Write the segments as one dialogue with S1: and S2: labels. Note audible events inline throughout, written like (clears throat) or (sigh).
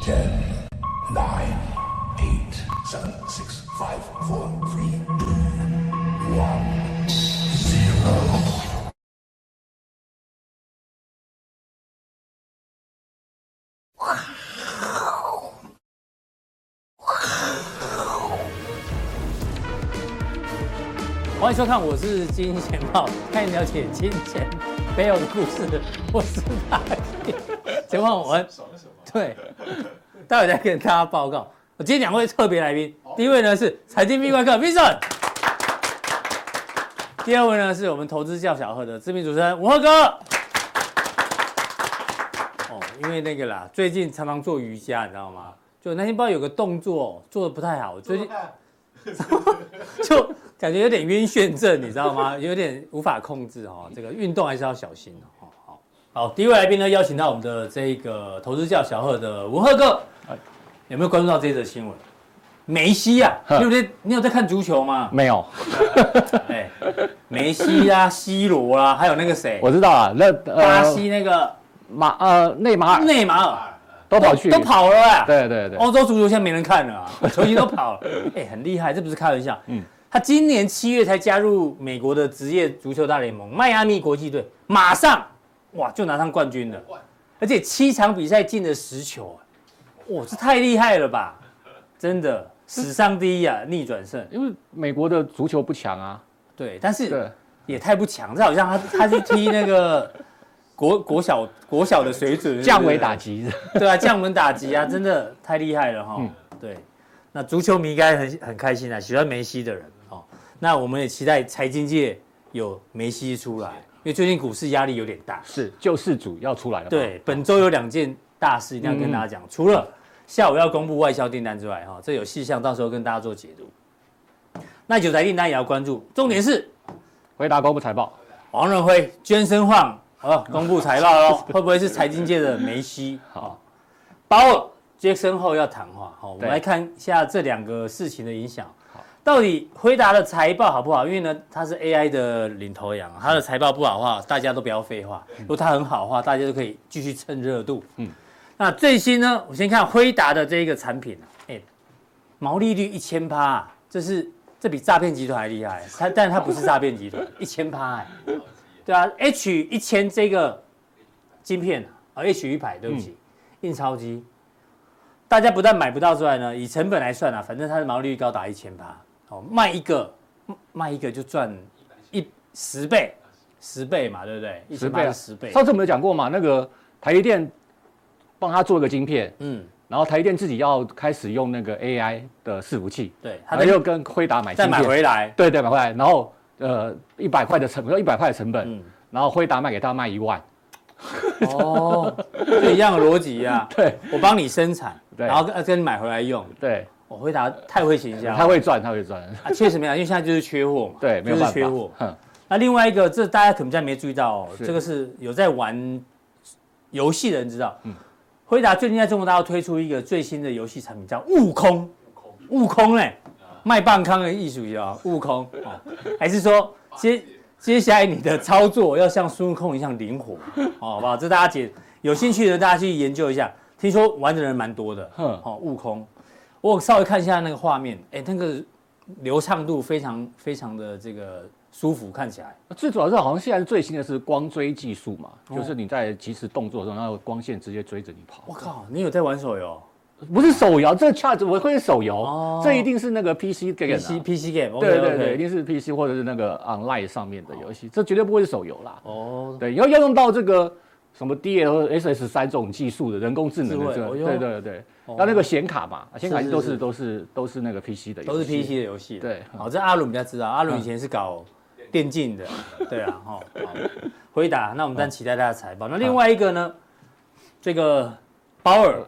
S1: Ten, nine, eight, seven, six, five, four, three, two, one, zero.
S2: 欢迎收看，我是金钱豹， (laughs) 带你了解金钱背后的故事。我是大金，请问我们对，待会再跟大家报告。我今天两位特别来宾，第一位呢是财经壁怪客 Vincent，第二位呢是我们投资叫小贺的知名主持人吴贺哥。哦，因为那个啦，最近常常做瑜伽，你知道吗？就那天不知道有个动作做的不太好，我最近就感觉有点晕眩症，你知道吗？有点无法控制哦。这个运动还是要小心哦。好，好，第一位来宾呢，邀请到我们的这个投资教小贺的吴贺哥，有没有关注到这则新闻？梅西啊，
S3: 呵
S2: 你有在你有在看足球吗？
S3: 没有，
S2: 哎，梅西啊，C 罗啦、还有那个谁，
S3: 我知道啊，那呃
S2: 巴西那个
S3: 马呃内马尔
S2: 内马尔
S3: 都跑去，
S2: 都，跑了啊。
S3: 对对对，
S2: 欧洲足球现在没人看了、
S3: (laughs)
S2: 啊，球星都跑了，哎、很厉害，这不是开玩笑。嗯，他今年七月才加入美国的职业足球大联盟迈阿密国际队，马上哇就拿上冠军了，而且七场比赛进了十球、哎哇，这太厉害了吧！真的史上第一啊，逆转胜。
S3: 因为美国的足球不强啊，
S2: 对，但是
S3: 对，
S2: 也太不强，这好像他 (laughs) 他去踢那个国国小国小的水准，
S3: 降维打
S2: 击。
S3: 击，
S2: 对啊，降温打击啊， (laughs) 真的太厉害了哈、
S3: 嗯
S2: 对，那足球迷应该很很开心啊，喜欢梅西的人哦。那我们也期待财经界有梅西出来，因为最近股市压力有点大。
S3: (laughs) 是啊救世主要出来了，
S2: 对，，本周有两件大事一定要跟大家
S3: 嗯
S2: 讲，除了下午要公布外销订单之外，哈、这有细项，到时候跟大家做解读。那九台订单也要关注，重点是
S3: 回答公布财报，
S2: 王仁辉、捐身晃哦，公布财报喽，会不会是财经界的梅西？
S3: 好，
S2: 鲍尔、杰森后要谈话，好、我们
S3: 对
S2: 来看一下这两个事情的影响，到底辉达的财报好不好？因为呢，它是 AI 的领头羊，它的财报不好的话，大家都不要废话；如果它很好的话，大家就可以继续蹭热度。嗯，那最新呢，我先看辉达的这个产品啊，哎，毛利率一千趴，这是这比诈骗集团还厉害，它但它不是诈骗集 (laughs) 团，一千趴哎，对啊，H 一千这个晶片啊、h 一百，对不起。印钞机，大家不但买不到之外呢，以成本来算啊，反正它的毛利率高达一千八，哦，卖一个嗯卖一个就赚一十倍，十倍嘛，对不对？一千八是十倍，
S3: 啊
S2: 啊
S3: 上次我们有讲过嘛，那个台积电帮他做一个晶片，
S2: 嗯，
S3: 然后台积电自己要开始用那个 AI 的伺服器，
S2: 对，它
S3: 他又
S2: 再
S3: 跟辉达买晶
S2: 再买
S3: 片，
S2: 回来，
S3: 对对，买回来，然后呃一百块的成本，一百块的成本，
S2: 嗯，
S3: 然后辉达卖给他卖一万，
S2: 哦，就一样的逻辑啊，
S3: (laughs) 对
S2: 我帮你生产，
S3: 对
S2: 然后跟跟你买回来用，
S3: 对，
S2: 我回答太会行销
S3: 他会赚，他会赚，
S2: 啊，确实没有，因为现在就是缺货嘛，
S3: 对，没有
S2: 就
S3: 办
S2: 是
S3: 法，
S2: 缺货，
S3: 哼
S2: 那另外一个，这大家可能在没注意到哦，
S3: 是
S2: 这个是有在玩游戏的人知道。
S3: 嗯
S2: 辉达最近在中国大陆推出一个最新的游戏产品，叫《悟空》。悟空嘞，卖棒康的艺术一样，悟空哦，还是说接接下来你的操作要像孙悟空一样灵活，哦，好不好？这大家解有兴趣的大家去研究一下。听说玩的人蛮多的，
S3: 哼
S2: 哦，悟空，我稍微看一下那个画面，哎，那个流畅度非常非常的这个舒服，看起来。
S3: 最主要是好像现在最新的是光追技术嘛，
S2: 哦
S3: 就是你在即时动作的时候，然后光线直接追着你跑
S2: 我。靠，你有在玩手游
S3: 不是手摇，这恰我会手游，
S2: 哦
S3: 这一定是那个 PC game 啊。
S2: ？PC PC game，
S3: 对对对，一定是 PC 或者是那个 online 上面的游戏，这绝对不会是手游啦。
S2: 哦，
S3: 对，要要用到这个什么 DLSS 三这种技术的人工智能的
S2: 智慧
S3: 这
S2: 哦
S3: 个，
S2: 哟哦
S3: 对对对，那那个显卡嘛，显卡
S2: 是是
S3: 都
S2: 是
S3: 是都是都是那个 PC 的游戏，
S2: 都是 PC 的游戏。
S3: 对
S2: 好，这阿伦比较知道，阿伦以前是搞电竞的，对啊，哈。好回答，那我们再期待他的财报。那另外一个呢，这个鲍尔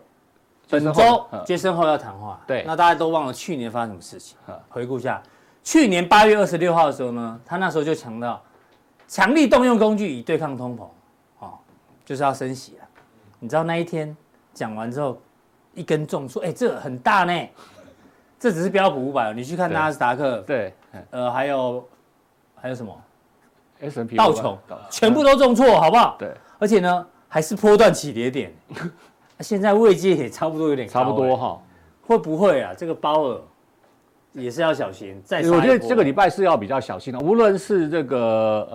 S3: 本
S2: 本周接身后要谈话，
S3: 对
S2: 那大家都忘了去年发生什么事情
S3: 嗯。
S2: 回顾一下，去年八月二十六号的时候呢，他那时候就强调，强力动用工具以对抗通膨，哦，就是要升息了。你知道那一天讲完之后，一根重挫，哎、这很大呢。这只是标普五百，哦你去看
S3: 对
S2: 纳斯达克，
S3: 对
S2: 呃，还有还有什么
S3: S N P
S2: 道琼，全部都重挫，好不好？
S3: 啊对，
S2: 而且呢，还是波段起跌点，啊现在位阶也差不多有点高
S3: 差不多
S2: 哎，
S3: 哈。
S2: 会不会啊？这个鲍尔也是要小心，再杀一波
S3: 哎我觉得这个礼拜是要比较小心的，无论是这个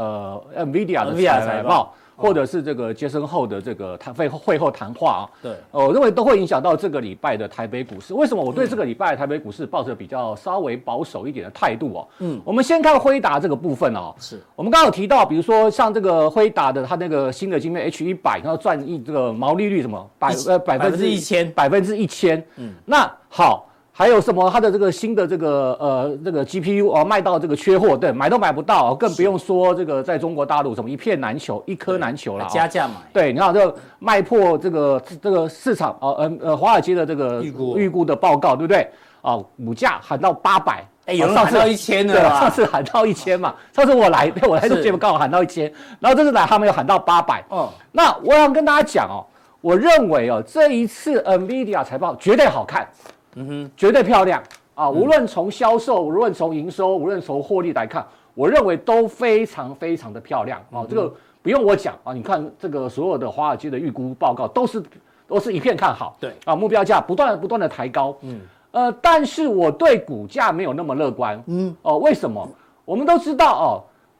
S3: 呃 NVIDIA 的
S2: NVIDIA
S3: 财
S2: 财
S3: 报
S2: 报，哦
S3: 或者是这个杰森后的这个谈会会后谈话啊，
S2: 对
S3: 呃我认为都会影响到这个礼拜的台北股市。为什么我对这个礼拜的台北股市抱着比较稍微保守一点的态度哦？嗯
S2: 嗯，
S3: 我们先看辉达这个部分哦，
S2: 是
S3: 我们刚刚有提到，比如说像这个辉达的它那个新的晶片 H 一百，然后赚一这个毛利率什么百呃百分之
S2: 1000%
S3: 百分之一千。嗯，那好，还有什么它的这个新的这个呃这个 GPU 哦卖到这个缺货，对，买都买不到、哦，更不用说这个在中国大陆什么一片难求，一颗难求了、哦。
S2: 哎加价买。
S3: 对，你看这个卖破这个这个市场哦呃呃华尔街的这个
S2: 预估
S3: 预估的报告，对不对？哦，股价喊到八百，哦
S2: 哎有人
S3: 啊上次
S2: 喊到1000了啊
S3: 对啊
S2: 啦
S3: 上次喊到一千嘛，上次我
S2: (laughs)
S3: 来，我来这
S2: 是
S3: 节目刚好喊到一千，然后这次来他们又喊到八百。
S2: 哦，
S3: 那我想跟大家讲哦，我认为哦，这一次 NVIDIA 财报绝对好看，嗯哼，绝对漂亮啊！无论从销售，无论从营收，无论从获利来看，我认为都非常非常的漂亮啊！这个不用我讲啊，你看这个所有的华尔街的预估报告都是都是一片看好，
S2: 对
S3: 啊，目标价不断不断的抬高，嗯，呃，但是我对股价没有那么乐观，嗯，哦，为什么？我们都知道哦。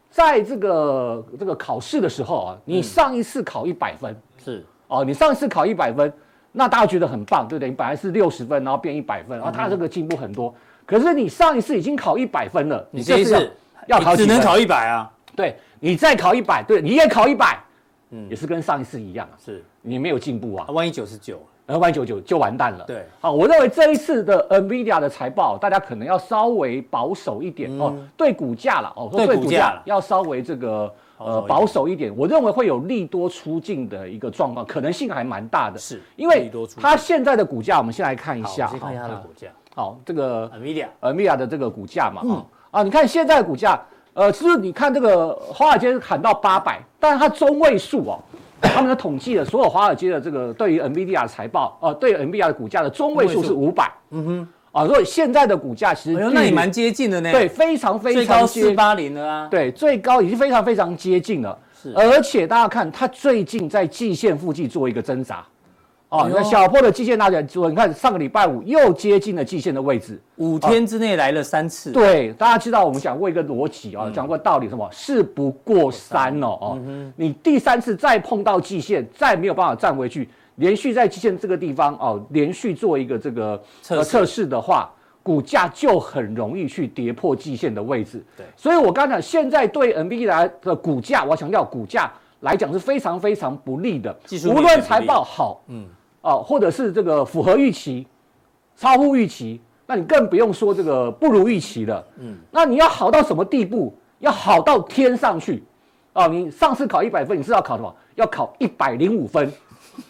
S3: 在这个这个考试的时候啊，
S2: 嗯
S3: 你上一次考一百分，
S2: 是
S3: 哦，你上一次考一百分，那大家觉得很棒，对不对？你本来是六十分，然后变一百
S2: 嗯
S3: 分，然后他这个进步很多。可是你上一次已经考一百分了，
S2: 你这一
S3: 要
S2: 次
S3: 要
S2: 你
S3: 考
S2: 只
S3: 几
S2: 能
S3: 分
S2: 考一百啊？
S3: 对，你再考一百，对，你也考一百，
S2: 嗯
S3: 也是跟上一次一样啊，
S2: 是，
S3: 你没有进步啊
S2: 啊，万一九十九，
S3: 二万九九就完蛋了。
S2: 对
S3: 好，我认为这一次的 Nvidia 的财报，大家可能要稍微保守一点、哦，对股价了哦，
S2: 嗯对
S3: 对
S2: 股
S3: 股
S2: 价
S3: 价
S2: 啦
S3: 要稍微这个呃保
S2: 保
S3: 守一点。我认为会有利多出尽的一个状况，可能性还蛮大的。
S2: 是
S3: 因为
S2: 利多出尽
S3: 它现在的股价，我们先来看一
S2: 好，
S3: 下，
S2: 我先看一下它的
S3: 好
S2: 股价
S3: 好，这个
S2: ，NVIDIA，
S3: 呃 m i a 的这个股价
S2: 嗯
S3: 嘛，啊、啊，你看现在的股价，呃，其实你看这个华尔街喊到八百，但是它中位数哦， (coughs) 他们的统计了所有华尔街的这个对于 NVIDIA 的财报，呃，对 NVIDIA 的股价的中位数是五百，嗯哼，啊，所以现在的股价其实
S2: 哎呦，
S3: 距
S2: 那
S3: 离
S2: 你蛮接近的呢，
S3: 对，非常非
S2: 最高
S3: 常
S2: 四
S3: 接
S2: 八零了啊，
S3: 对，最高已经非常非常接近了。
S2: 是
S3: 而且大家看，它最近在季线附近做一个挣扎。哦，
S2: 哎
S3: 你
S2: 呦
S3: 看小破的季线大家你看上个礼拜五又接近了季线的位置。
S2: 五天之内来了三次，
S3: 对，大家知道我们讲过一个逻辑
S2: 嗯
S3: 啊，讲过道理，什么事不过三哦哦，你第三次再碰到季线，再没有办法站回去，连续在季线这个地方哦，连续做一个这个呃
S2: 测试
S3: 测试的话，股价就很容易去跌破季线的位置。
S2: 对
S3: 所以我刚才讲，现在对 NVIDIA 的股价，我要强调股价来讲是非常非常不利的
S2: 技，术面
S3: 无论
S2: 也不
S3: 财
S2: 利
S3: 报好，嗯，哦，或者是这个符合预期，超乎预期，那你更不用说这个不如预期了。嗯，那你要好到什么地步？要好到天上去，哦，你上次考一百分，你是要考什么？要考一百零五分，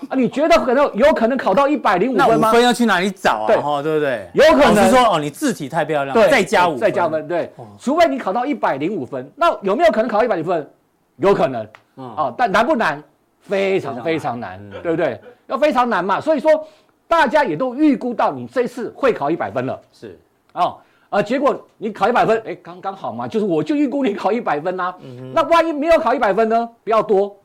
S3: 啊，你觉得可能有可能考到一百零五
S2: 那
S3: 分
S2: 五
S3: 吗？
S2: 分要去哪里找
S3: 对
S2: 啊？哈，对不对？
S3: 有可能
S2: 老师说哦，你字体太漂亮，
S3: 对，
S2: 再加五，
S3: 再加，分，哦对，除非你考到一百零五分，那有没有可能考一百零分？有可能，啊，但难不难？非常非常难，嗯对不对？要非常难嘛，所以说大家也都预估到你这次会考一百分了。
S2: 是
S3: 哦，啊，结果你考一百分，哎，刚刚好嘛，就是我就预估你考一百分啦、啊那万一没有考一百分呢？不要多，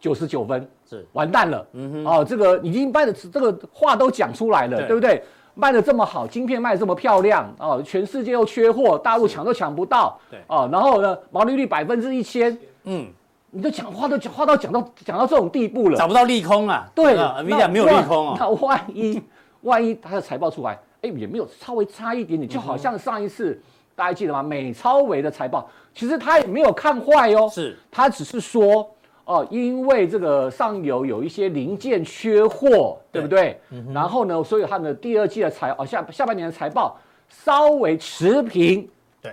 S3: 九十九分，
S2: 是
S3: 完蛋了。哦，这个已经卖的这个话都讲出来了，对
S2: 嗯对
S3: 不对？卖的这么好，晶片卖的这么漂亮，哦，全世界又缺货，大陆抢都抢不到，
S2: 对
S3: 哦，然后呢，毛利率百分之一千，
S2: 嗯，
S3: 你都讲话都讲话都讲到讲到这种地步了，
S2: 找不到利空啊，
S3: 对
S2: 啊
S3: 那
S2: ，NVIDIA 没有利空
S3: (laughs) 那
S2: 哦，
S3: 那万一万一它的财报出来，哎，也没有稍微差一
S2: 嗯
S3: 点点，就好像上一次大家记得吗？美超维的财报，其实它也没有看坏哦，
S2: 是
S3: 它只是说哦、因为这个上游有一些零件缺货，对不对？然后呢，所以他们的第二季的财哦下下半年的财报稍微持平，
S2: 对，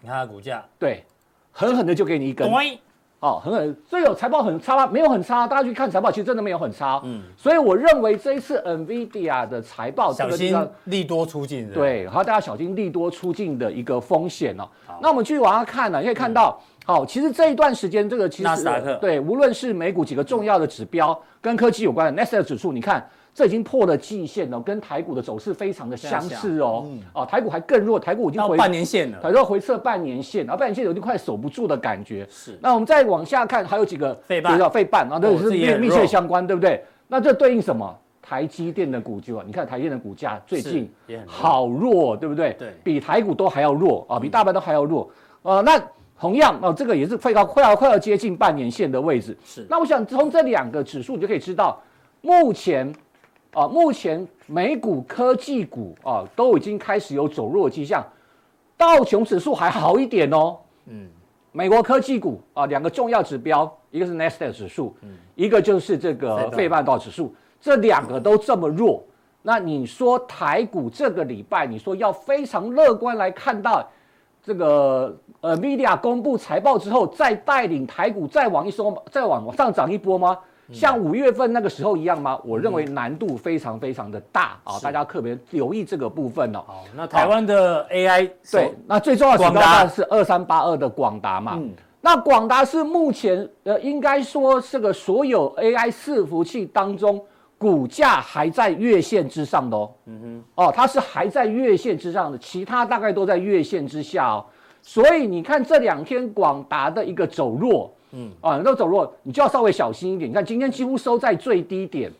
S2: 你看它股价，
S3: 对，狠狠的就给你一根。
S2: 对
S3: 哦，很很，所以有财报很差吗？没有很差，大家去看财报，其实真的没有很差。嗯，所以我认为这一次 Nvidia 的财报这
S2: 小
S3: 个地
S2: 心
S3: 方，
S2: 利多出尽，是吧，
S3: 对，好，大家小心利多出尽的一个风险哦。那我们继续往下看呢，你可以看到，好、其实这一段时间，这个其实
S2: 嗯纳斯达克
S3: 对，无论是美股几个重要的指标跟科技有关的 n a s a 指数，你看这已经破了季线哦，跟台股的走势非常的相
S2: 啊
S3: 似哦。哦，台股还更弱，台股已经
S2: 嗯到
S3: 回
S2: 半年线了，
S3: 台都回撤半年线，然后半年线有点快守不住的感觉。
S2: 是
S3: 那我们再往下看，还有几个，
S2: 费半
S3: 比如说费半，啊，
S2: 哦
S3: 都是
S2: 这也
S3: 密
S2: 很
S3: 密
S2: 弱
S3: 切相关，对不对？那这对应什么？台积电的股就啊，你看台积电的股价最
S2: 是
S3: 近
S2: 也很弱
S3: 好弱，对不对？
S2: 对嗯
S3: 比台股都还要弱啊，比大盘都还要弱。呃，那同样哦、这个也是快要快要快要接近半年线的位置。
S2: 是
S3: 那我想从这两个指数，你就可以知道，目前啊、目前美股科技股啊、都已经开始有走弱的迹象，道琼指数还好一点哦。
S2: 嗯
S3: 美国科技股啊，两个重要指标，一个是 n a s d a q 指数，一个就是这
S2: 嗯费
S3: 个
S2: 半
S3: 费半道指数，这两个都这么弱，那你说台股这个礼拜，你说要非常乐观来看到这个呃 Nvidia 公布财报之后，再带领台股再往一收，再往上涨一波吗？
S2: 嗯
S3: 像五月份那个时候一样吗？我认为难度非常非常的大啊，大家特别留意这个部分哦。
S2: 好，那台湾的 AI 手
S3: 对，那最重要的指标
S2: 广达
S3: 当然是二三八二的广达嘛。那广达是目前呃，应该说这个所有 AI 伺服器当中，股价还在月线之上的哦。嗯哼，哦，它是还在月线之上的，其他大概都在月线之下哦。所以你看这两天广达的一个走弱，嗯啊，那走弱你就要稍微小心一点。你看今天几乎收在最低点，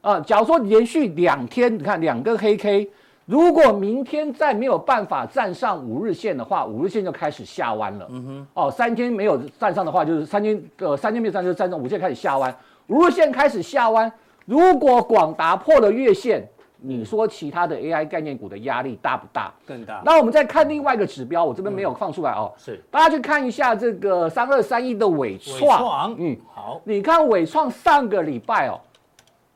S3: 啊，假如说连续两天，你看两根黑 K，如果明天再没有办法站上五日线的话，五日线就开始下弯了。嗯哼，哦，三天没有站上的话，就是三天呃三天没有站上，就是站上五日线开始下弯，五日线开始下弯。如果广达破了月线，你说其他的 AI 概念股的压力大不大？
S2: 更大，
S3: 那我们再看另外一个指标，我这边没有放出来哦，
S2: 是
S3: 大家去看一下这个三二三一的
S2: 伟
S3: 伟创，
S2: 嗯，好，
S3: 你看伟创上个礼拜哦，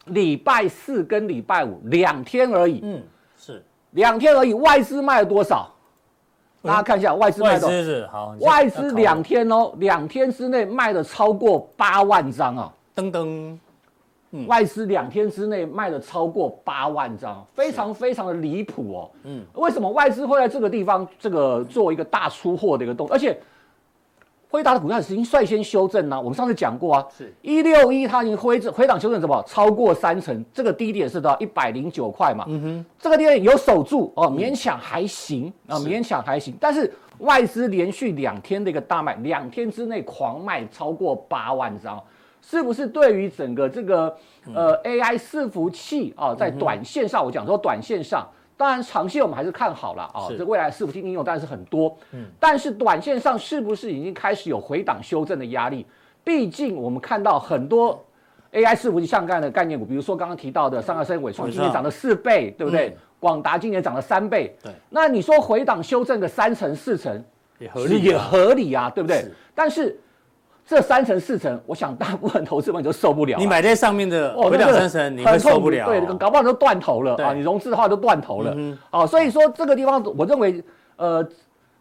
S3: 礼拜四跟礼拜五两天而已，
S2: 嗯，是
S3: 两天而已，外资卖了多少？大家看一下外资卖
S2: 外
S3: 了多少
S2: 资是好，你先
S3: 外
S2: 要
S3: 资
S2: 考我
S3: 两天哦，两天之内卖了超过八万张啊、
S2: 噔噔，
S3: 外资两天之内卖了超过八万张，哦非常非常的离谱哦。嗯，为什么外资会在这个地方这个做一个大出货的一个动作？而且辉达的股价已经率先修正啦、我们上次讲过啊，
S2: 是
S3: 一六一它已经回回档修正什么超过三成，这个低点是到一百零九块嘛，嗯哼，这个低点有守住哦，勉强还行啊、勉强还行，但是外资连续两天的一个大卖，两天之内狂卖超过八万张。是不是对于整个这个呃 AI 伺服器啊，在短线上，我讲说短线上，当然长线我们还是嗯看好了啊，
S2: 是
S3: 这未来伺服器应用当然是很多，但是短线上是不是已经开始有回档修正的压力？毕竟我们看到很多 AI 伺服器相干的概念股，比如说刚刚提到的上海深伟创，
S2: 伟创
S3: 今年涨了四倍，对不对？广达今年涨了三倍，
S2: 嗯对
S3: 那你说回档修正个三成四成，
S2: 也合
S3: 合
S2: 理，
S3: 也合理啊，对不对
S2: 是？
S3: 但是这三成四成，我想大部分投资者就受不了了。
S2: 你买在上面的
S3: 哦，
S2: 回
S3: 那
S2: 档
S3: 个
S2: 三成，你
S3: 很
S2: 会
S3: 痛
S2: 受不
S3: 苦
S2: 了，啊
S3: 对，搞不好都断头了啊！
S2: 对嗯
S3: 你融资的话都断头了，好、所以说这个地方，我认为，呃，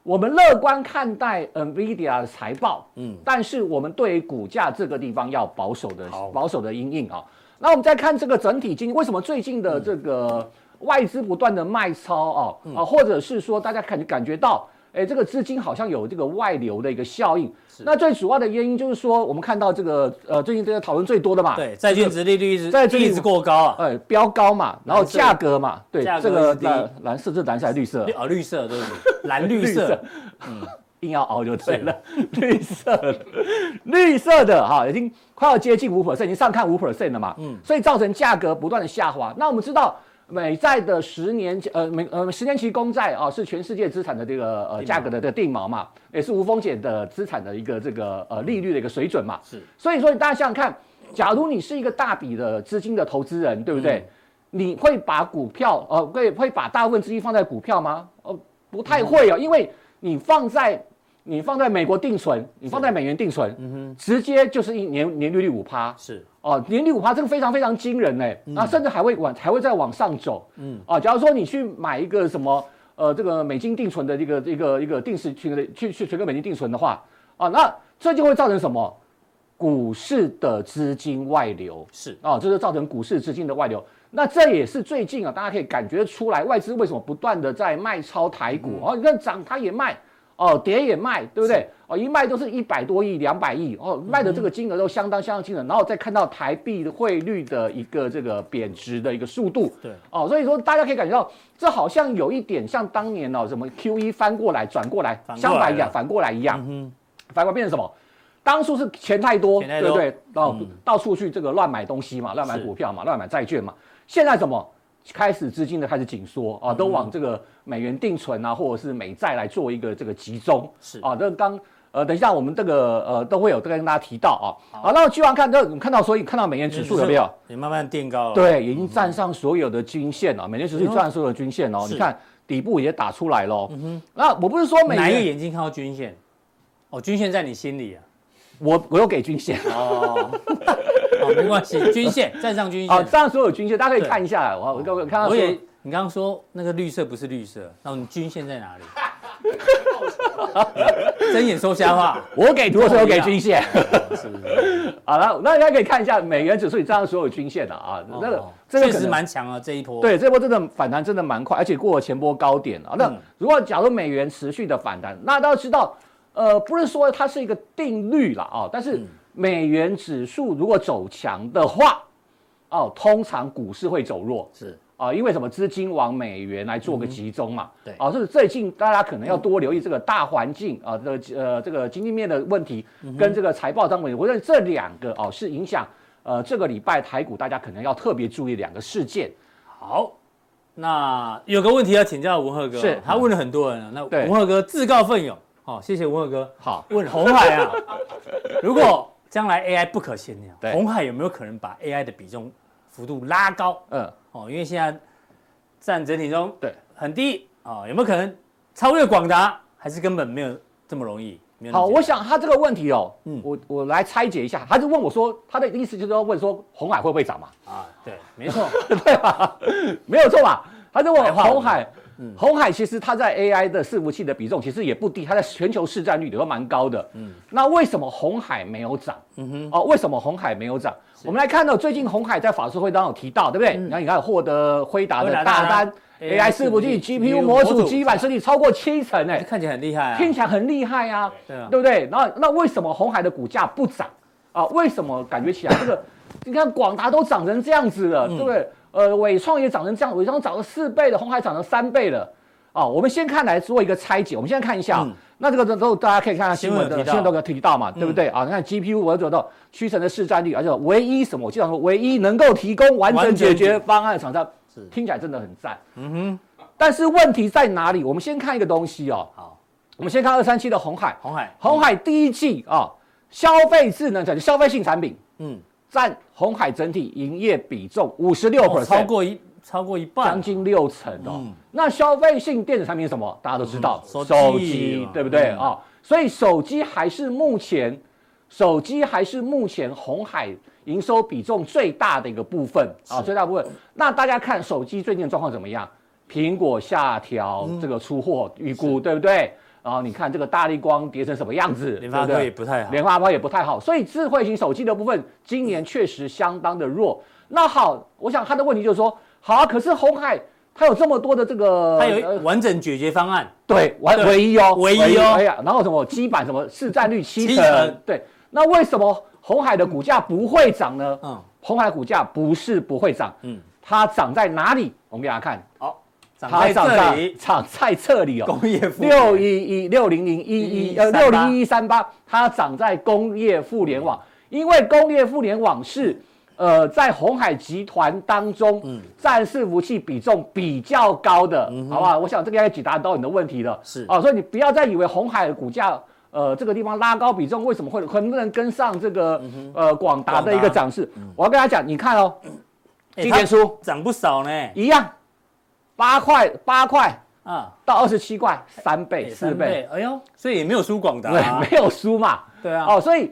S3: 我们乐观看待呃 Nvidia 的财报，嗯，但是我们对于股价这个地方要保守的
S2: 好
S3: 保守的阴影啊。那我们再看这个整体经济，为什么最近的这
S2: 嗯
S3: 个外资不断的卖超啊啊，或者是说大家感感觉到。哎，这个资金好像有这个外流的一个效应，那最主要的原因就是说，我们看到这个呃，最近这个讨论最多的嘛，
S2: 对，债券值利率一直
S3: (laughs) 债券
S2: 一直过高啊，
S3: 呃，标高嘛，然后
S2: 蓝色
S3: 价格嘛，对，
S2: 价格
S3: 这个
S2: 是第一
S3: 蓝蓝色，这蓝色还是绿色
S2: 绿，哦绿色对不对？蓝
S3: (laughs)
S2: 绿色，
S3: 硬要熬就对了， (laughs) 绿色的，绿色的哈，已经快要接近五 percent，已经上看五 percent 了嘛，嗯，所以造成价格不断的下滑。那我们知道。美债的十年呃美呃十年期公债啊是全世界资产的这个呃价格的的定锚嘛，也是无风险的资产的一个这个呃利率的一个水准嘛。
S2: 嗯是，
S3: 所以说你大家想想看，假如你是一个大笔的资金的投资人，对不对？
S2: 嗯
S3: 你会把股票呃会会把大部分资金放在股票吗？呃，不太会哦，因为你放在你放在美国定存，你放在美元定存，直接就是一年年利率五趴，
S2: 是
S3: 哦，年利五趴，这个非常非常惊人哎、啊，甚至还会往还会再往上走，嗯，啊，假如说你去买一个什么呃这个美金定存的这个一个一个定时去的去去存个美金定存的话，啊，那这就会造成什么？股市的资金外流
S2: 是
S3: 啊，这就造成股市资金的外流。那这也是最近啊，大家可以感觉出来，外资为什么不断的在卖超台股哦，你看涨它也卖，哦跌也卖，对不对？哦，一卖都是一百多亿、两百亿哦，卖的这个金额都相当相当惊人。然后再看到台币的汇率的一个这个贬值的一个速度，
S2: 对
S3: 哦，所以说大家可以感觉到，这好像有一点像当年哦什么 Q E 翻过来转过来，
S2: 反过来
S3: 相反一样，
S2: 了嗯
S3: 反过来一样，反过来变成什么？当初是钱太多，
S2: 钱太
S3: 对
S2: 多嗯
S3: 不对？到、到处去这个乱买东西嘛，乱买股票嘛，乱买债券嘛。现在怎么开始资金的开始紧缩
S2: 嗯
S3: 啊？都往这个美元定存啊，或者是美债来做一个这个集中。
S2: 是
S3: 啊，这刚呃，等一下我们这个呃都会有这个跟大家提到啊。好，那我继续往看，这你看到所以看到美元指数有没有？？
S2: 也慢慢垫高了。，
S3: 对，已经站上所有的均线了，美元指数已经
S2: 哦哎呦
S3: 站上所有的均线哦。
S2: 是嗯
S3: 你看底部也打出来了。那我不是说美
S2: 哪一个
S3: 元，
S2: 眼睛看到均线？哦，均线在你心里啊。
S3: 我我有给均线。
S2: 哦，好，没关
S3: (laughs)
S2: 系，均线站上均
S3: 啊，
S2: 线。
S3: 站上所有均线，大家可以看一下。我我我看到
S2: 我
S3: 所有
S2: 也，你刚刚说那个绿色不是绿色，那你均线在
S3: (laughs)
S2: 哪里？嗯睁眼说瞎话，哦
S3: 我给图的 (laughs) 时候给均线。
S2: 是不是？
S3: 好了，那大家可以看一下美元指数，你站上所有均线了啊。那个
S2: 哦
S3: 这个
S2: 确
S3: 可
S2: 实
S3: 能
S2: 蛮强啊，这一波。
S3: 对，这波真的反弹真的蛮快，而且过了前波高点了。那
S2: 嗯
S3: 如果假如美元持续的反弹，那大家知道，呃，不是说它是一个定律啦啊、但
S2: 嗯
S3: 是美元指数如果走强的话，哦，通常股市会走弱。
S2: 是
S3: 啊，因为什么资金往美元来做个集中嘛，
S2: 嗯对
S3: 啊，所以最近大家可能要多留意这个大环境啊，
S2: 嗯
S3: 这个呃这个经济面的问题跟这个财报当中，我认为这两个哦、是影响呃这个礼拜台股大家可能要特别注意两个事件。
S2: 好。那有个问题要请教文赫哥，
S3: 是
S2: 他问了很多人啊，那
S3: 对
S2: 文赫哥自告奋勇，好，谢谢文赫哥。
S3: 好，
S2: 问红海
S3: (laughs)
S2: 啊，如果将来 AI 不可限量，
S3: 对
S2: 红海有没有可能把 AI 的比重幅度拉高？
S3: 嗯，
S2: 哦，因为现在占整体中
S3: 对，
S2: 很低哦，有没有可能超越广达？还是根本没有这么容易？没有那么
S3: 好，
S2: 简
S3: 我
S2: 单
S3: 想他这个问题哦，
S2: 嗯
S3: 我我来拆解一下，他就问我说，他的意思就是要问说红海会不会涨嘛？
S2: 啊，对，没
S3: (laughs)
S2: 错，
S3: 对吧？没有错吧？他就
S2: 白
S3: 问
S2: 话文
S3: 红海，红海其实它在 AI 的伺服器的比重其实也不低，它在全球市占率里头蛮高的。嗯，那为什么红海没有涨？嗯哼，哦，为什么红海没有涨？我们来看到最近红海在法说会当中有提到，对不对？然后你看获得嗯辉达的
S2: 辉达
S3: 大单
S2: 单
S3: ，AI 伺服器 GPU 模
S2: 模
S3: 组
S2: 组
S3: 基板设计超过七成哎、
S2: 看起来很厉害啊，
S3: 听起来很厉害呀、
S2: 对啊
S3: 对不对？那那为什么红海的股价不涨啊？为什么感觉起来这个？你看广达都涨成这样子了，
S2: 嗯
S3: 对不对？呃，伟创也涨成这样，伟创涨了四倍了，红海涨了三倍了。啊，我们先看来做一个拆解，我们先看一下啊、
S2: 嗯
S3: 那这个都大家可以看看新闻
S2: 新
S3: 的
S2: 闻有提
S3: 新
S2: 到嗯
S3: 闻都有提到嘛，对不对啊？你看 GPU 我走到屈臣的市占率，而且唯一什么，我经常说唯一能够提供完整
S2: 完整
S3: 解决方案的厂商
S2: 是，
S3: 听起来真的很赞。
S2: 嗯
S3: 但是问题在哪里？我们先看一个东西哦，
S2: 哼，好，
S3: 我们先看二三七的红海，
S2: 红海，
S3: 红海第一季啊、消费智能产品、消费性产品
S2: 嗯，
S3: 占红海整体营业比重五十六
S2: 哦
S3: percent，
S2: 超过一超过一半，嗯
S3: 将近六成哦。那消费性电子产品是什么？大家都知道，
S2: 手机嘛
S3: 对不对啊、
S2: 嗯
S3: 所以手机还是目前，手机还是目前红海营收比重最大的一个部分啊，最大部分。那大家看手机最近的状况怎么样？苹果下调
S2: 嗯
S3: 这个出货预估，对不对？然后你看这个大力光跌成什么样子，
S2: 联发
S3: 对不
S2: 科
S3: 对
S2: 也不太好，
S3: 莲花包也不太好，所以智慧型手机的部分今年确实相当的弱。那好，我想他的问题就是说，好、啊，可是红海它有这么多的这个，
S2: 它有一
S3: 呃
S2: 完整解决方案，
S3: 对唯
S2: 对
S3: 唯一哦，
S2: 唯一哦
S3: 哎呀，然后什么基板什么市占率七
S2: 七
S3: 成，
S2: 成
S3: 对，那为什么红海的股价不会涨呢？
S2: 嗯，
S3: 红海股价不是不会涨，
S2: 嗯
S3: 嗯，它涨在哪里？我们给大家看，
S2: 长
S3: 它
S2: 在
S3: 涨
S2: 这
S3: 在
S2: 里，
S3: 涨在这里哦，
S2: 工业服务
S3: 六一一六零零一一呃
S2: 11138
S3: 六零一一三八，它涨在工业互联网，因为工业互联网是呃在红海集团当
S2: 嗯
S3: 中占伺服器比重比较高的，好不好？我想这个应该解答到你的问题了。
S2: 是
S3: 啊，所以你不要再以为红海的股价。呃，这个地方拉高比重，为什么会能不能跟上这个、呃广达的一
S2: 嗯
S3: 个
S2: 广达嗯
S3: 涨势？我要跟大家讲，你看哦，
S2: 哎
S3: 今年
S2: 它
S3: 初
S2: 涨不少呢，
S3: 一样，八块八块
S2: 啊，
S3: 到二十七块，三
S2: 哎
S3: 倍四
S2: 三
S3: 倍，，
S2: 哎呦，所以也没有输广达
S3: 对，
S2: 啊，
S3: 没有输嘛。
S2: 对啊，
S3: 哦，所以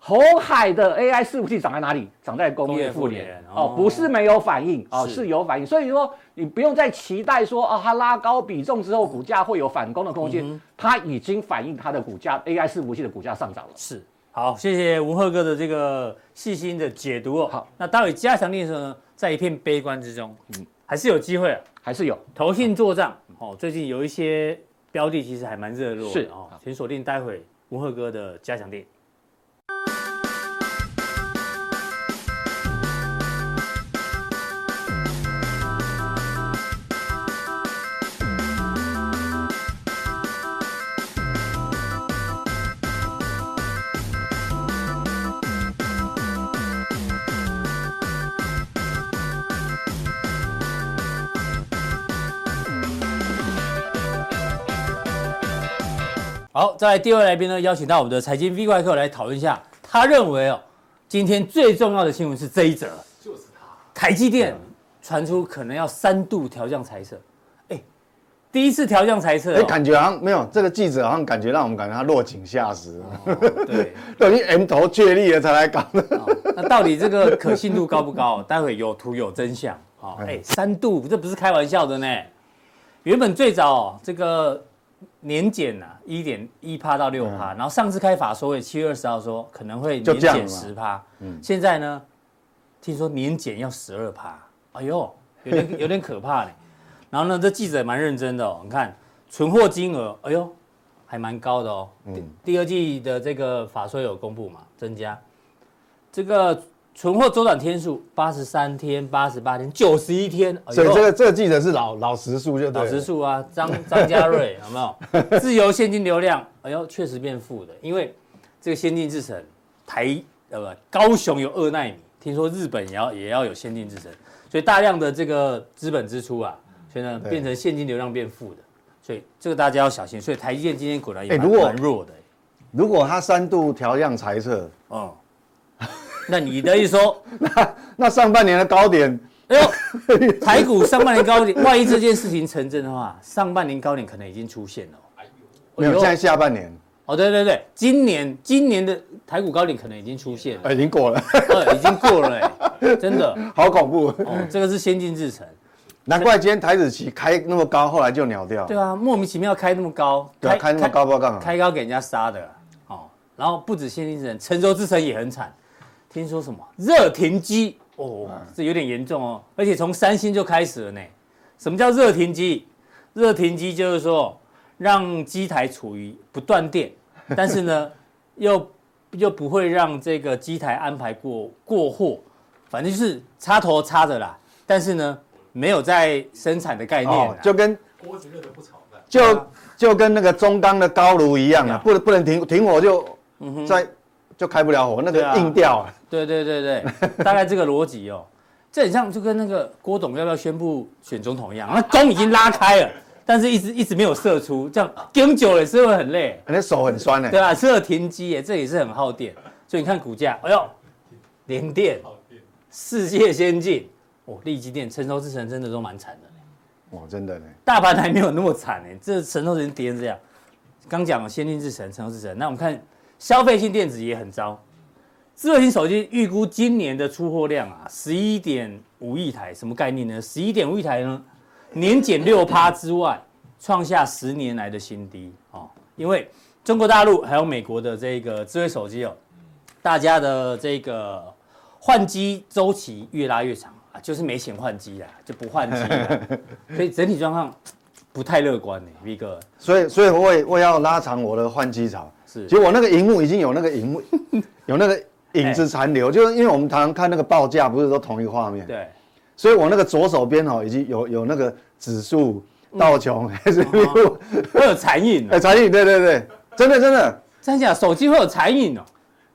S3: 红海的 AI 伺服器涨在哪里？涨在工业互
S2: 工业互
S3: 联
S2: 联
S3: 哦
S2: 哦
S3: 不是没有反应哦，
S2: 是
S3: 是有反应。所以说你不用再期待说啊，它拉高比重之后股价会有反攻的空间，它已经反映它的股价 AI 伺服器的股价上涨了。
S2: 是，好，谢谢文赫哥的这个细心的解读哦。
S3: 好，
S2: 那待会加强练的时候呢，在一片悲观之中，嗯，还是有机会、啊。
S3: 还是有，
S2: 投信做账哦，最近有一些标的其实还蛮热络的
S3: 是
S2: 哦，请锁定待会文赫哥的加强店。好，再来第二位来宾呢，邀请到我们的财经 V 怪客来讨论一下，他认为哦，今天最重要的新闻是这一则，就是他，台积电传出可能要三度调降财测，哎，第一次调降财测、
S4: 哎，
S2: 哦，
S4: 感觉好像没有这个记者，好像感觉让我们感觉他落井下石，
S2: 对，
S4: (laughs) 都已经 M 头确立了才来搞的。
S2: (laughs) 那到底这个可信度高不高？待会有图有真相啊！哎、三度这不是开玩笑的呢。原本最早、哦、这个年检呐、啊，一点一趴到六趴、然后上次开法说会七月二十号说可能会
S4: 嗯就
S2: 年减
S4: 降了嘛嗯
S2: 十趴，现在呢，听说年检要十二趴，哎呦，有点有点可怕呢。然后呢，这记者也蛮认真的哦，你看存货金额，哎呦，还蛮高的哦。
S4: 嗯
S2: 第第二季的这个法说有公布嘛，增加这个存货周转天数八十三天、八十八天、九十一天，哎
S4: 所以
S2: 呦
S4: 这个这个记者是老老实数就对
S2: 老
S4: 了
S2: 实。数啊，张张家
S4: (laughs)
S2: 瑞有没有？自由现金流量，哎呦，确实变负的，因为这个先进制程，台呃不，高雄有二纳米，听说日本也要也要有先进制程，所以大量的这个资本支出啊，所以呢
S4: 对
S2: 变成现金流量变负的，所以这个大家要小心。所以台积电今天果然也
S4: 哎
S2: 蛮
S4: 如果
S2: 蛮弱的、
S4: 如果他三度调降裁撤，
S2: 哦、那你的意思说，
S4: 那上半年的高点
S2: 哎
S4: (laughs)
S2: 呦，台股上半年高点，万一这件事情成真的话，上半年高点可能已经出现了哦。
S4: 没有，现在下半年
S2: 哦，对对对，今年今年的台股高点可能已经出现了，
S4: 哎已经过了，
S2: 呃，已经过了、哎，真的
S4: (laughs) 好恐怖！
S2: 哦，这个是先进制程，
S4: 难怪今天台子期开那么高，后来就鸟掉。
S2: 对啊，莫名其妙开那么高，
S4: 对啊，开那么高，不知道干嘛。
S2: 开高给人家杀的啦哦，然后不止先进制程，陈州之城也很惨，听说什么热停机哦，这有点严重哦，而且从三星就开始了呢。什么叫热停机？热停机就是说让机台处于不断电，但是呢又又不会让这个机台安排过过货，反正就是插头插着啦，但是呢没有在生产的概念啊啦、
S4: 哦，就跟就就跟那个中钢的高炉一样
S2: 对啊
S4: 啊，不能不能停停火就再就开不了火，那
S2: 对啊
S4: 个硬掉啊。
S2: 对对对对，大概这个逻辑哦。这很像就跟那个郭董要不要宣布选总统一样，那弓已经拉开了，但是一直一直没有射出，这样盯久了也是会很累，
S4: 那手很酸呢。
S2: 对啊吧？射停机耶，这也是很耗电，所以你看股价，哎呦，联电、世界先进、哦，力积电、成州之城真的都蛮惨的。
S4: 哇，真的呢。
S2: 大盘还没有那么惨呢、这神州人跌成这样。刚讲了先进制程、成熟制程，那我们看消费性电子也很糟。智慧型手机预估今年的出货量啊，十一点五亿台，什么概念呢？十一点五亿台呢，年减六趴之外，创下十年来的新低哦。因为中国大陆还有美国的这个智慧手机哦，大家的这个换机周期越拉越长啊，就是没钱换机啦，就不换机了，所以整体状况不太乐观呢、v 哥
S4: 所以所以我也我也要拉长我的换机潮。
S2: 是
S4: 其实我那个荧幕已经有那个
S2: (laughs)
S4: 荧幕有那个影
S2: 哎
S4: 子残留，就是因为我们常常看那个报价，不是都同一画面。
S2: 对，
S4: 所以我那个左手边哦，已经有有那个指数、
S2: 嗯
S4: 道琼、S
S2: 哦
S4: P U，
S2: 会有残影、
S4: 哎，
S2: 哦，
S4: 财力，对对对，真的真的，
S2: 真假啊手机会有残影哦，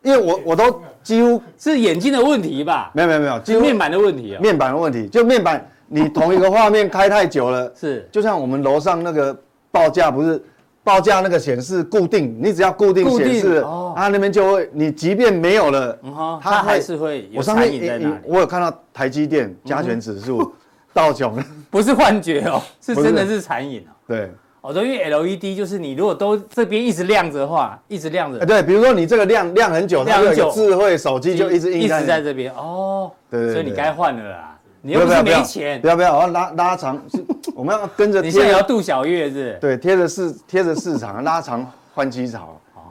S4: 因为我我都几乎
S2: 是眼睛的问题吧？
S4: 没有没有没有，几
S2: 是
S4: 乎
S2: 面板的问题啊、哦，
S4: 面板的问题，就面板你同一个画面开太久了，
S2: 是
S4: 就像我们楼上那个报价不是。报价那个显示固定，你只要固定
S2: 固定
S4: 显示，它、
S2: 哦
S4: 那边就会，你即便没有了，
S2: 嗯哼，
S4: 它
S2: 它还
S4: 会
S2: 是会有
S4: 我上
S2: 残
S4: 面
S2: 影在
S4: 一
S2: 那里，
S4: 一
S2: 嗯
S4: 我有看到台积电、加权指数、道琼， (laughs)
S2: 不是幻觉哦，是
S4: 不
S2: 真的
S4: 是
S2: 是残影哦。
S4: 对，
S2: 哦，对，因为 LED 就是你如果都这边一直亮着的话，一直亮着
S4: 哎，对，比如说你这个亮亮很久，它
S2: 亮
S4: 就有
S2: 很
S4: 一
S2: 久
S4: 个智慧手机就一直
S2: 一
S4: 印
S2: 直在
S4: 在。
S2: 这边哦，
S4: 对对对
S2: 所以你该换了啦，你
S4: 你
S2: 又不是没钱
S4: 不，要不要，我要拉拉长，是 (laughs) 我们要跟
S2: (laughs)
S4: 着
S2: 你现在也要
S4: 贴着，
S2: 杜小月是不是？
S4: 对，贴着市贴着市场拉长换机潮。
S2: 哦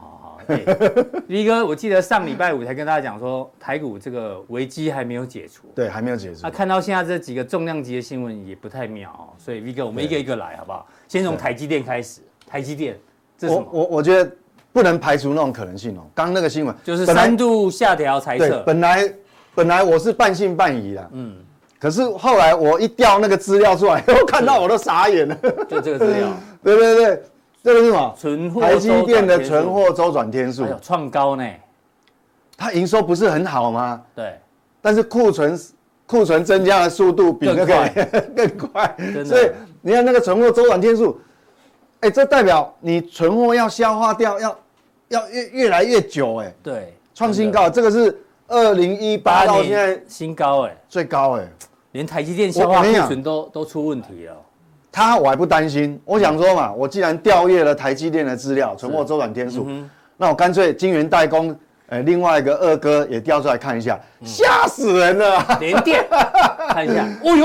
S2: 哎 (laughs) V 哥，我记得上礼拜五才跟大家讲说，台股这个危机还没有解除。
S4: 对，还没有结束
S2: 那、。啊看到现在这几个重量级的新闻也不太妙、哦，所以 V 哥，我们一个一个来好不好？先从台积电开始。台积电，这是什
S4: 我
S2: 么？
S4: 我我觉得不能排除那种可能性哦。刚那个新闻
S2: 就是
S4: 本来
S2: 三度下调猜
S4: 对，
S2: 测。
S4: 本来本来我是半信半疑的，嗯，可是后来我一调那个资料出来， (laughs) 我看到我都傻眼了。
S2: 就这个资料，
S4: (laughs) 对对对，这个是什么？
S2: 存货
S4: 台积电的
S2: 周转天数
S4: 存，货周转天数
S2: 还，有哎创高呢。
S4: 它营收不是很好吗？
S2: 对，
S4: 但是库存库存增加的速度比那
S2: 更快
S4: 个 (laughs) 更快，
S2: 真的
S4: 所以你看那个存货周转天数，哎、这代表你存货要消化掉，要要越越来越久、哎，
S2: 对，
S4: 创新高，这个是二零一八
S2: 八
S4: 到现在
S2: 年新高哎，
S4: 最高、哎，
S2: 连台积电消化
S4: 我
S2: 库
S4: 跟你讲
S2: 存都都出问题了。
S4: 它我还不担心，我想说嘛，我既然调阅了台积电的资料，存货周转天数，那我干脆晶圆代工，哎、另外一个二哥也调出来看一下，吓、死人了啊！
S2: 联电， (laughs) 看一下，哦 (laughs) 呦，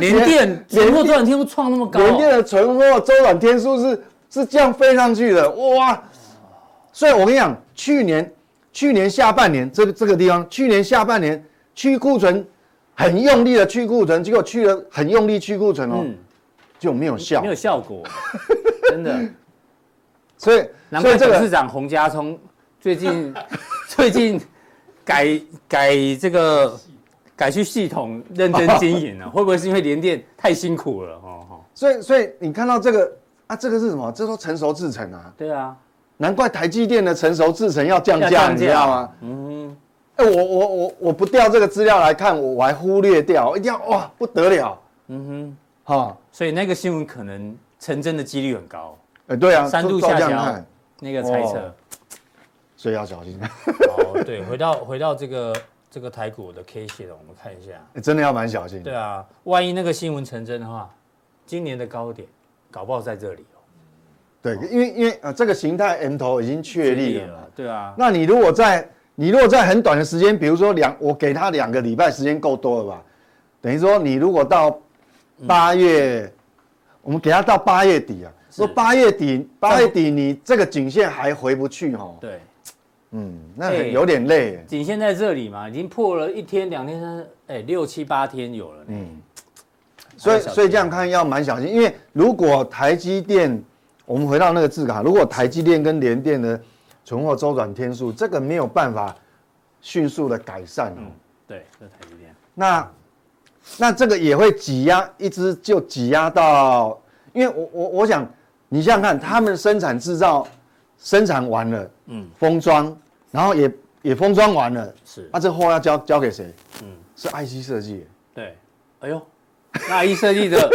S2: 联电全部赚天数创那么高哦，
S4: 联电的存货周转天数是是这样飞上去的，哇！所以我跟你讲，去年去年下半年这个这个地方，去年下半年去库存很用力的去库存，结果去了很用力去库存哦，
S2: 嗯
S4: 就没有效
S2: 没。有效果，真的。
S4: 所以
S2: 难
S4: 所
S2: 怪
S4: 以这
S2: 董事
S4: 个
S2: 长洪家聪最近 (laughs) 最近改改这个改去系统认真经营 (laughs) 了，会不会是因为联电太辛苦了？哦，哦
S4: 所以所以你看到这个啊，这个是什么？这都成熟制程啊，
S2: 对啊，
S4: 难怪台积电的成熟制程要降
S2: 要
S4: 价，
S2: 降
S4: 你知道
S2: 价
S4: 吗？嗯。哎、我我我我不调这个资料来看，我我还忽略掉，我一定要哇不得了，嗯哼，哈、
S2: 所以那个新闻可能成真的几率很高，
S4: 哎，对啊，
S2: 三
S4: 照
S2: 度
S4: 照
S2: 下
S4: 这样
S2: 调
S4: 看，
S2: 那个猜测。
S4: 所以要小心，哎
S2: 哦，对，回到回到这个这个台股的 K 线，我们看一下。
S4: 哎真的要蛮小心。
S2: 对啊，万一那个新闻成真的话，今年的高点搞不好在这里哦。
S4: 对，因为因为呃，这个形态 M 头已经确立了嘛。，
S2: 对啊，
S4: 那你如果在你如果在很短的时间，比如说两，我给他两个礼拜时间够多了吧？等于说你如果到
S2: 嗯
S4: 八月，我们给他到八月底啊，说八月底八月底你这个颈线还回不去哦，
S2: 对，
S4: 嗯，那
S2: 哎
S4: 很有点累耶。
S2: 仅限在这里嘛，已经破了一天、两天、三，哎，六七八天有了呢。
S4: 嗯所以
S2: 还有小啊
S4: 所以这样看要蛮小心，因为如果台积电，我们回到那个字卡，如果台积电跟联电的存货周转天数，这个没有办法迅速的改善哦，
S2: 对，这台积电，
S4: 那那这个也会挤压，一直就挤压到，因为我我我想，你想想看，他们生产制造生产完了，嗯，封装，然后也也封装完了，啊
S2: 是
S4: 那、这货要交交给谁？嗯，是 IC 设计耶。
S2: 对，哎呦，那一设计的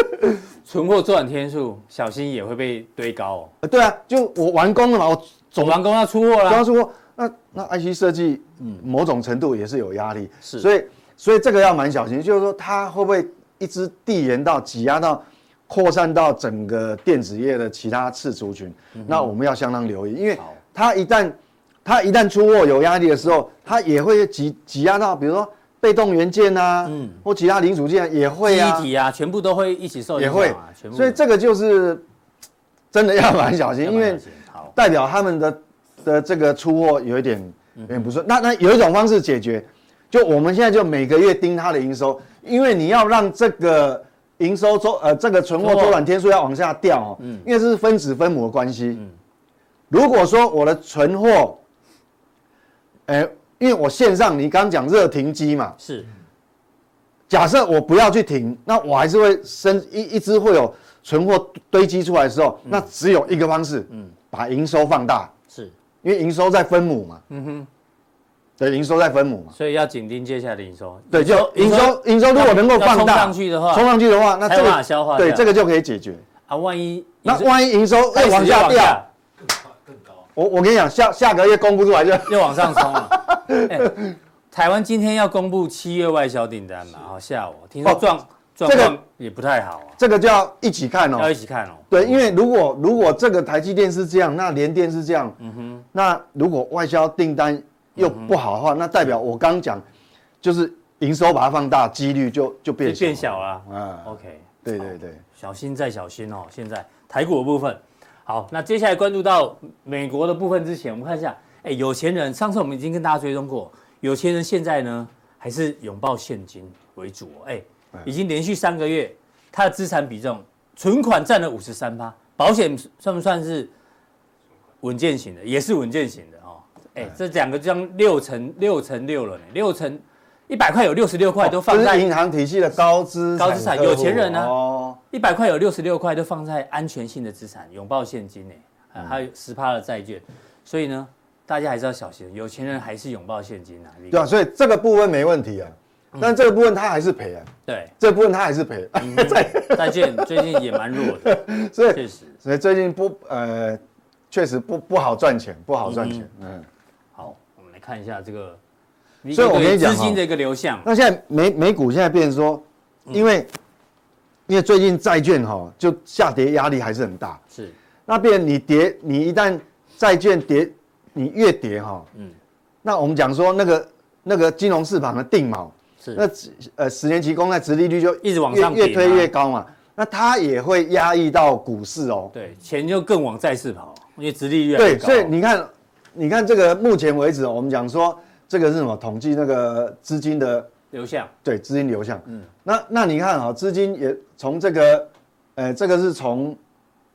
S2: 存货周转天数，小心也会被堆高哦。
S4: 呃对啊，就我完工了嘛，我
S2: 总完工要出货
S4: 主要
S2: 啦，
S4: 是啊说，那那 IC 设计，嗯，某种程度也是有压力，
S2: 是
S4: 所以所以这个要蛮小心，就是说它会不会一直递延到挤压到扩散到整个电子业的其他次族群，那我们要相当留意，因为
S2: 嗯好
S4: 它一旦它一旦出货有压力的时候，它也会挤挤压到，比如说被动元件啊，嗯，或其他零组件也会啊
S2: 记忆，体啊，全部都会一起受
S4: 也
S2: 影
S4: 会
S2: 响啊，全，部。
S4: 所以这个就是嘖真的要蛮小心，
S2: 要
S4: 因
S2: 蛮
S4: 为
S2: 小。心好，
S4: 代表他们的的这个出货有一点
S2: 嗯
S4: 有点不顺。那那有一种方式解决，就我们现在就每个月盯它的营收，因为你要让这个营收周呃这个存货周转天数要往下掉哦，
S2: 嗯
S4: 因为这是分子分母的关系。如果说我的存货，哎、因为我线上你刚讲热停机嘛，
S2: 是
S4: 假设我不要去停，那我还是会生一一直会有存货堆积出来的时候，
S2: 嗯
S4: 那只有一个方式，嗯，把营收放大，
S2: 是，
S4: 因为营收在分母嘛。嗯哼。对，营收在分母嘛。
S2: 所以要紧盯接下来的营收。
S4: 对，就营收营收如果能够放
S2: 要冲
S4: 大
S2: 上去的话
S4: 冲上去的话，那
S2: 才
S4: 这
S2: 有办法
S4: 个
S2: 消化
S4: 对
S2: 掉
S4: 这个就可以解决。
S2: 啊，万一
S4: 那
S2: 营收
S4: 万一营收
S2: 开
S4: 再
S2: 始
S4: 往
S2: 又
S4: 下掉，我我跟你讲，下下个月公布出来就
S2: 又往上冲了。 (laughs) 哎台湾今天要公布七月外销订单嘛？好，下午听说
S4: 哦
S2: 状状
S4: 这个
S2: 况也不太好啊
S4: 这个就要一起看
S2: 啊，要
S4: 哦
S2: 一。起看哦。
S4: 对，因为如果如果这个台积电是这样，那联电是这样，嗯哼，那如果外销订单又不好的话，那代表我刚讲就是营收把它放大，几率就就变
S2: 就
S4: 小
S2: 变小了。
S4: 啊。
S2: OK，
S4: 对对对，
S2: 小心再小心哦。现在台股的部分，好，那接下来关注到美国的部分之前，我们看一下，哎，有钱人，上次我们已经跟大家追踪过，有钱人现在呢还是拥抱现金为主、哦，哎，已经连续三个月，他的资产比重，存款占了五十三趴，保险算不算是稳健型的？也是稳健型的哦。哎，这两个将六乘六乘六了呢，六乘一百块有六十六块都放
S4: 这
S2: 在
S4: 哦是银行体系的高资
S2: 高资产
S4: 客户
S2: 有钱人啊
S4: 哦，
S2: 一百块有六十六块都放在安全性的资产，拥抱现金呢、
S4: 嗯
S2: 啊还有十趴的债券，所以呢，大家还是要小心，有钱人还是拥抱现金啊。李
S4: 对啊，所以这个部分没问题啊。
S2: 嗯
S4: 但这个部分它还是赔啊，
S2: 对，
S4: 这部分它还是赔，
S2: 嗯债券最近也蛮弱的，
S4: (laughs) 所以
S2: 确实。
S4: 所以最近不呃，确实不不好赚钱，不好赚钱，嗯。
S2: 好，我们来看一下这个，
S4: 所以我跟你
S2: 嗯
S4: 讲
S2: 资金
S4: 哦
S2: 的一个流向，
S4: 那现在美美股现在变成说，
S2: 嗯
S4: 因为、因为最近债券哈、就下跌压力还是很大，
S2: 是
S4: 那变成你跌，你一旦债券跌，你越跌哈、
S2: 嗯
S4: 嗯，那我们讲说那个那个金融市场的定锚，
S2: 是
S4: 那呃十年期公债殖利率就
S2: 一直往上
S4: 越，
S2: 顶
S4: 越
S2: 啊
S4: 推越高嘛，那它也会压抑到股市哦。
S2: 对，钱就更往债市跑，因为殖利率越来越
S4: 对，
S2: 高
S4: 所以你看，你看这个目前为止哦，我们讲说这个是什么统计那个资金的
S2: 流向
S4: 对资金流向。嗯，那那你看啊、资金也从这个，呃，这个是从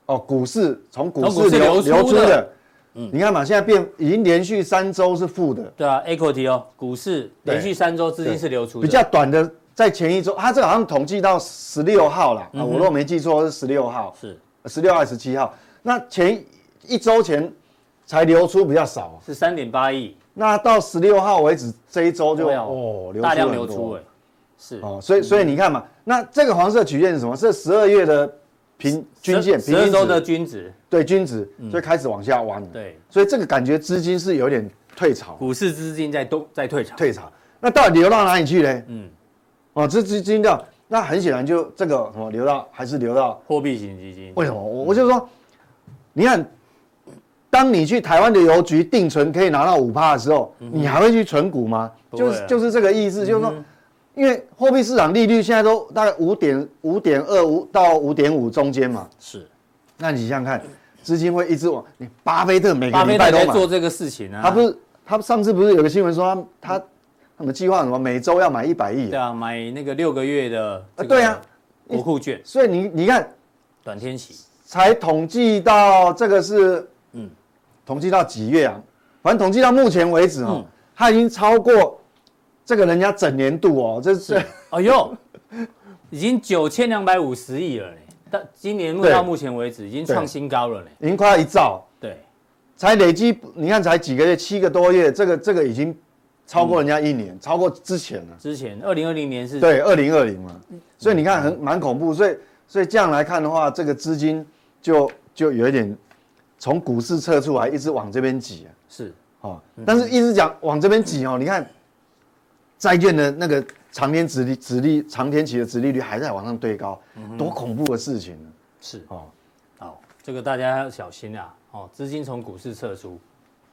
S4: 哦股市从股
S2: 从股
S4: 市
S2: 市
S4: 流
S2: 流出的嗯
S4: 流出的。嗯你看嘛，现在变已经连续三周是负的，
S2: 对啊，equity 哦，股市
S4: 对
S2: 连续三周资金
S4: 对
S2: 是流出的，
S4: 比较短的在前一周，它这个好像统计到十六号啦，啊，我若没记错是十六号，
S2: 嗯是
S4: 十六号十七号。那前一周前才流出比较少哦，
S2: 是三点八亿，
S4: 那到十六号为止，这一周就
S2: 对啊
S4: 哦流出
S2: 大量
S4: 很
S2: 流
S4: 多
S2: 出哎，是
S4: 哦，所以所以你看嘛，那这个黄色曲线是什么？是十二月的平均线，
S2: 十
S4: 平
S2: 二
S4: 均
S2: 周的
S4: 值
S2: 均值，
S4: 对均值就开始往下弯了。，
S2: 对，
S4: 所以这个感觉资金是有点退潮，
S2: 股市资金在东在退场，
S4: 退潮。那到底流到哪里去呢？
S2: 嗯
S4: 嗯，哦，这资金到那很显然就这个什么流到还是流到
S2: 货币型基金，
S4: 为什么？我我就说，你看，当你去台湾的邮局定存可以拿到五趴的时候，你还会去存股吗？
S2: 嗯不会啊嗯
S4: 就是就是这个意思，就是说，因为货币市场利率现在都大概五点五点二五到五点五中间嘛，
S2: 是
S4: 那你想想看，资金会一直往，你巴菲特每个
S2: 巴
S4: 礼
S2: 菲
S4: 拜
S2: 特
S4: 都
S2: 在
S4: 买，
S2: 做这个事情啊，
S4: 他不是他上次不是有个新闻说他他他们计划什么每周要买一百亿
S2: 对
S4: 啊？
S2: 啊，买那个六个月的这个
S4: 对啊
S2: 国库券
S4: 所以你你看，
S2: 短天期，
S4: 才统计到这个是，
S2: 嗯
S4: 嗯，统计到几月啊？反正统计到目前为止哦，
S2: 嗯
S4: 它已经超过这个人家整年度哦，这是
S2: 哎呦，已经九千两百五十亿了呢，到今年目
S4: 对
S2: 到目前为止已经创
S4: 对
S2: 新高了呢，
S4: 已经快要一兆，
S2: 对，
S4: 才累积，你看才几个月，七个多月，这个这个已经超过人家一年，超过之前了。
S2: 之前二零二零年是
S4: 对，二零二零嘛，所以你看很蛮恐怖，所以所以这样来看的话，这个资金就就有一点从股市撤出来，一直往这边挤啊。
S2: 是
S4: 哦，但
S2: 嗯
S4: 是一直讲往这边挤哦，你看债券的那个长天殖利殖利长天期的殖利率还在往上堆高，
S2: 嗯
S4: 多恐怖的事情呢！
S2: 是
S4: 哦，
S2: 哦，这个大家要小心啊！哦，资金从股市撤出，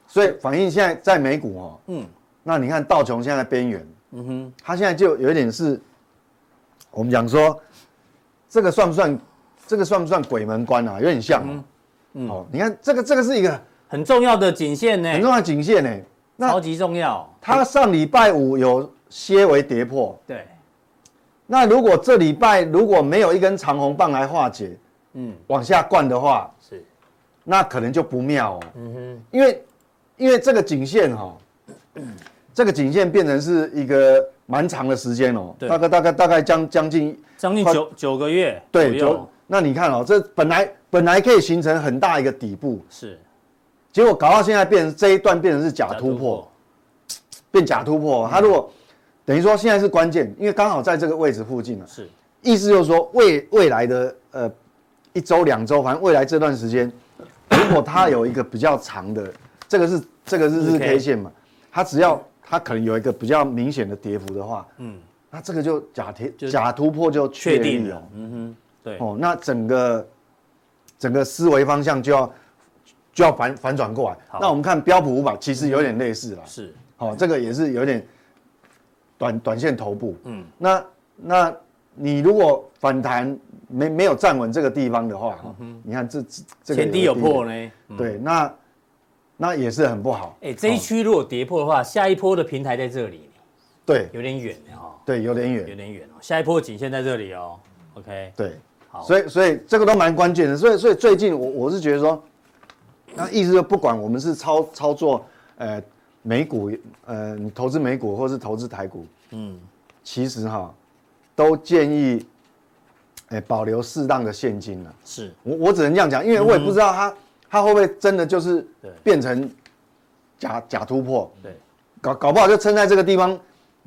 S4: 所以反映现在在美股哦，
S2: 嗯
S4: 那你看道琼现在边缘，
S2: 嗯哼，
S4: 它现在就有一点是，我们讲说这个算不算这个算不算鬼门关啊？有点像
S2: 嗯
S4: 哦，哦，你看这个这个是一个
S2: 很重要的颈线呢，
S4: 很重要的颈线呢。欸
S2: 超
S4: 那
S2: 级重要。
S4: 它上礼拜五有些微跌破，
S2: 对，
S4: 那如果这礼拜如果没有一根长红棒来化解，
S2: 嗯，
S4: 往下灌的话，
S2: 是，
S4: 那可能就不妙哦，
S2: 嗯哼，
S4: 因为因为这个颈
S2: (clears throat)
S4: 线哈、这个颈线变成是一个蛮长的时间哦，
S2: 对
S4: 大概大概大概将将近
S2: 将近
S4: 快
S2: 九九个月左
S4: 对就
S2: 右，
S4: 那你看哦，这本来本来可以形成很大一个底部，
S2: 是
S4: 结果搞到现在变成这一段变成是假突破，，变假突破，哦
S2: 嗯
S4: 它如果等于说现在是关键，因为刚好在这个位置附近了、
S2: 是
S4: 意思就是说，未未来的呃一周两周，反正未来这段时间，如果它有一个比较长的，这个是这个是
S2: 日 K
S4: 日 K 线嘛，它只要它可能有一个比较明显的跌幅的话，嗯，那这个就假跌
S2: 就
S4: 假突破就
S2: 确
S4: 确
S2: 定
S4: 定
S2: 了
S4: 了，，
S2: 嗯哼，对，
S4: 哦，那整个整个思维方向就要就要反反转过来
S2: 好。嗯
S4: 那我们看标普五百其实有点类似啦，
S2: 是
S4: 好、这个也是有点短短线头部。嗯，那那你如果反弹没没有站稳这个地方的话，哈、你看这这这
S2: 嗯
S4: 个
S2: 前低有破
S4: 了，
S2: 呢。嗯
S4: 对，那那也是很不好。
S2: 哎，这一区如果跌破的话，下一波的平台在这里，
S4: 对
S2: 有点远哦，
S4: 对，有点
S2: 有
S4: 远。
S2: 点远哦，下一波颈线在这里哦。OK，
S4: 对
S2: 好，
S4: 所以所以这个都蛮关键的。所以所以最近我我是觉得说，那意思就不管我们是操操作呃美股呃你投资美股或是投资台股，
S2: 嗯，
S4: 其实哈都建议。哎、保留适当的现金了、
S2: 是
S4: 我我只能这样讲，因为我也不知道它它会不会真的就是
S2: 嗯对
S4: 变成假假突破，
S2: 对，嗯
S4: 搞搞不好就撑在这个地方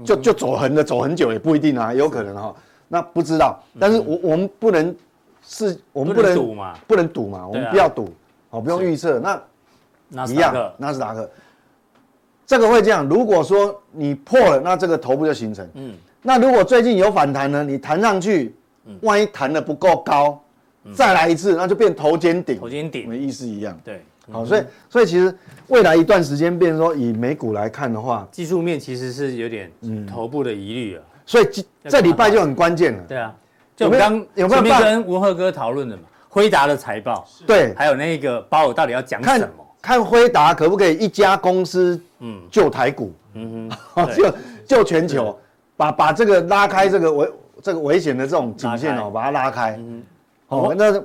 S4: 就就走横的走很久也不一定啊，有可能哈。那不知道，但是我我们不能是，我们
S2: 嗯不
S4: 不
S2: 能
S4: 能
S2: 赌嘛，
S4: 不能赌嘛，我
S2: 对啊
S4: 们不要赌，好，不用预测。那
S2: 纳斯
S4: 一
S2: 达
S4: 样
S2: 克，，
S4: 纳斯达克，这个会这样。如果说你破了，那这个头部就形成。
S2: 嗯，
S4: 那如果最近有反弹呢，你弹上去，万一弹的不够高，再来一次，那就变头肩顶，
S2: 嗯头肩顶
S4: 我们意思一样。
S2: 对，
S4: 好，所以所以其实未来一段时间，变成说以美股来看的话，
S2: 技术面其实是有点
S4: 嗯
S2: 头部的疑虑啊。
S4: 所以这
S2: 要
S4: 这礼
S2: 看
S4: 拜
S2: 好
S4: 就很关键了。
S2: 对啊，就我们
S4: 有
S2: 刚
S4: 没有有没有
S2: 前面
S4: 办
S2: 跟文赫哥讨论的嘛，辉达的财报，
S4: 对，
S2: 还有那个鲍尔到底要讲什
S4: 看
S2: 么？
S4: 看辉达可不可以一家公司
S2: 嗯
S4: 救台股，
S2: 嗯
S4: 哦
S2: 对
S4: (laughs) 救救全球，把把这个拉开这个危这个危险的这种颈线
S2: 拉开嗯
S4: 哦，把它拉开。
S2: 我
S4: 哦，那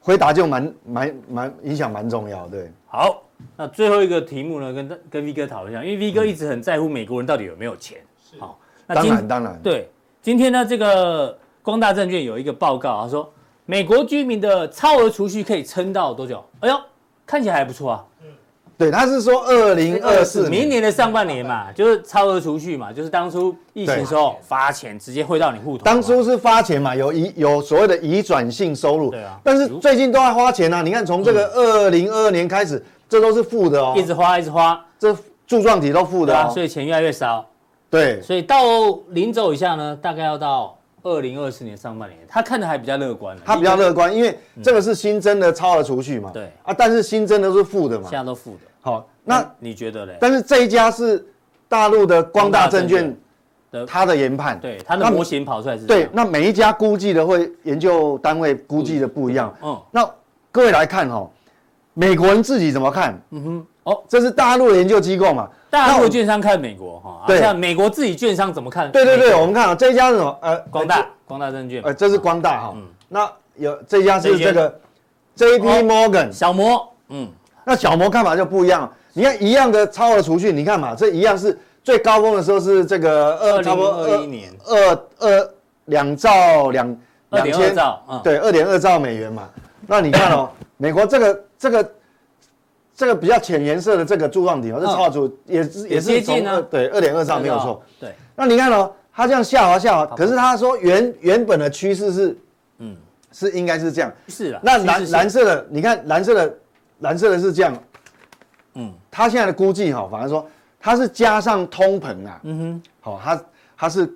S4: 辉达就蛮蛮蛮影响蛮重要，对，
S2: 好，那最后一个题目呢，跟跟 V 哥讨论一下，因为 V 哥一直很在乎美国人到底有没有钱。好，那
S4: 嗯当
S2: 啊今
S4: 然当然，
S2: 对，今天呢，这个光大证券有一个报告，他说美国居民的超额储蓄可以撑到多久？哎呦，看起来还不错啊，
S4: 对，他是说二零二四
S2: 明年的上半年嘛，就是超额储蓄嘛，就是当初疫情
S4: 对
S2: 时候发钱直接汇到你户头嘛。
S4: 当初是发钱嘛，有移有所谓的移转性收入，
S2: 对啊嗯
S4: 但是最近都在花钱啊，你看从这个二零二二年开始，这都是负的哦
S2: 一，直花一直花，
S4: 这柱状体都负
S2: 对
S4: 的
S2: 啊，
S4: 哦
S2: 所，以钱越来越少，
S4: 对，
S2: 所以到零走以下呢，大概要到二零二四年上半年，他看的还比较乐观了，
S4: 他比较乐观，因为这个是新增的超额储蓄嘛。
S2: 嗯对
S4: 啊，但是新增的都是负的嘛
S2: 现。在都负的。
S4: 好，那
S2: 你觉得嘞？
S4: 但是这一家是大陆的光大
S2: 光大
S4: 证券
S2: 证的
S4: 它的研判，
S2: 对，它的
S4: 那
S2: 模型跑出来是这
S4: 对
S2: 样，
S4: 那每一家估计的会研究单位估计的不一样。
S2: 嗯，
S4: 那各位来看哈，美国人自己怎么看？
S2: 嗯哼，哦，
S4: 这是大陆的研究机构嘛？
S2: 大
S4: 那
S2: 陆
S4: 我
S2: 券商看美国哈，啊
S4: 对
S2: 像美国自己券商怎么看？
S4: 对对对，我，们看啊，这一家是什么？呃，
S2: 光
S4: 呃
S2: 大，光大证券，
S4: 这呃，这是光大哈。那有这一家
S2: 这
S4: 是
S2: 一
S4: 这
S2: 间
S4: 个 J P
S2: 哦
S4: Morgan，
S2: 小摩，嗯，
S4: 那小摩看法就不一样。你看一样的超额储蓄，你看嘛，这一样是最高峰的时候是这个二差不多呃
S2: 2021年
S4: 二二两兆两
S2: 二点二兆，嗯，
S4: 2000对二点二兆美元嘛。那你
S2: (coughs)
S4: 看哦，美国这个这个这个比较浅颜色的这个柱状体哦，这
S2: 嗯
S4: 超额储也是也
S2: 也接
S4: 是
S2: 近
S4: 从
S2: 啊
S4: 二对二点二兆没有错。，
S2: 对，啊
S4: 那你看哦，它这样下滑下滑，哦可是他说原原本的趋势是
S2: 嗯，
S4: 是应该是这样，
S2: 是啦。
S4: 那
S2: 趋势
S4: 蓝
S2: 是
S4: 蓝，色的，你看蓝色的，蓝色的是这样，
S2: 嗯
S4: 嗯，它现在的估计哈、反正说它是加上通膨啊，
S2: 嗯哼，
S4: 好、它它是，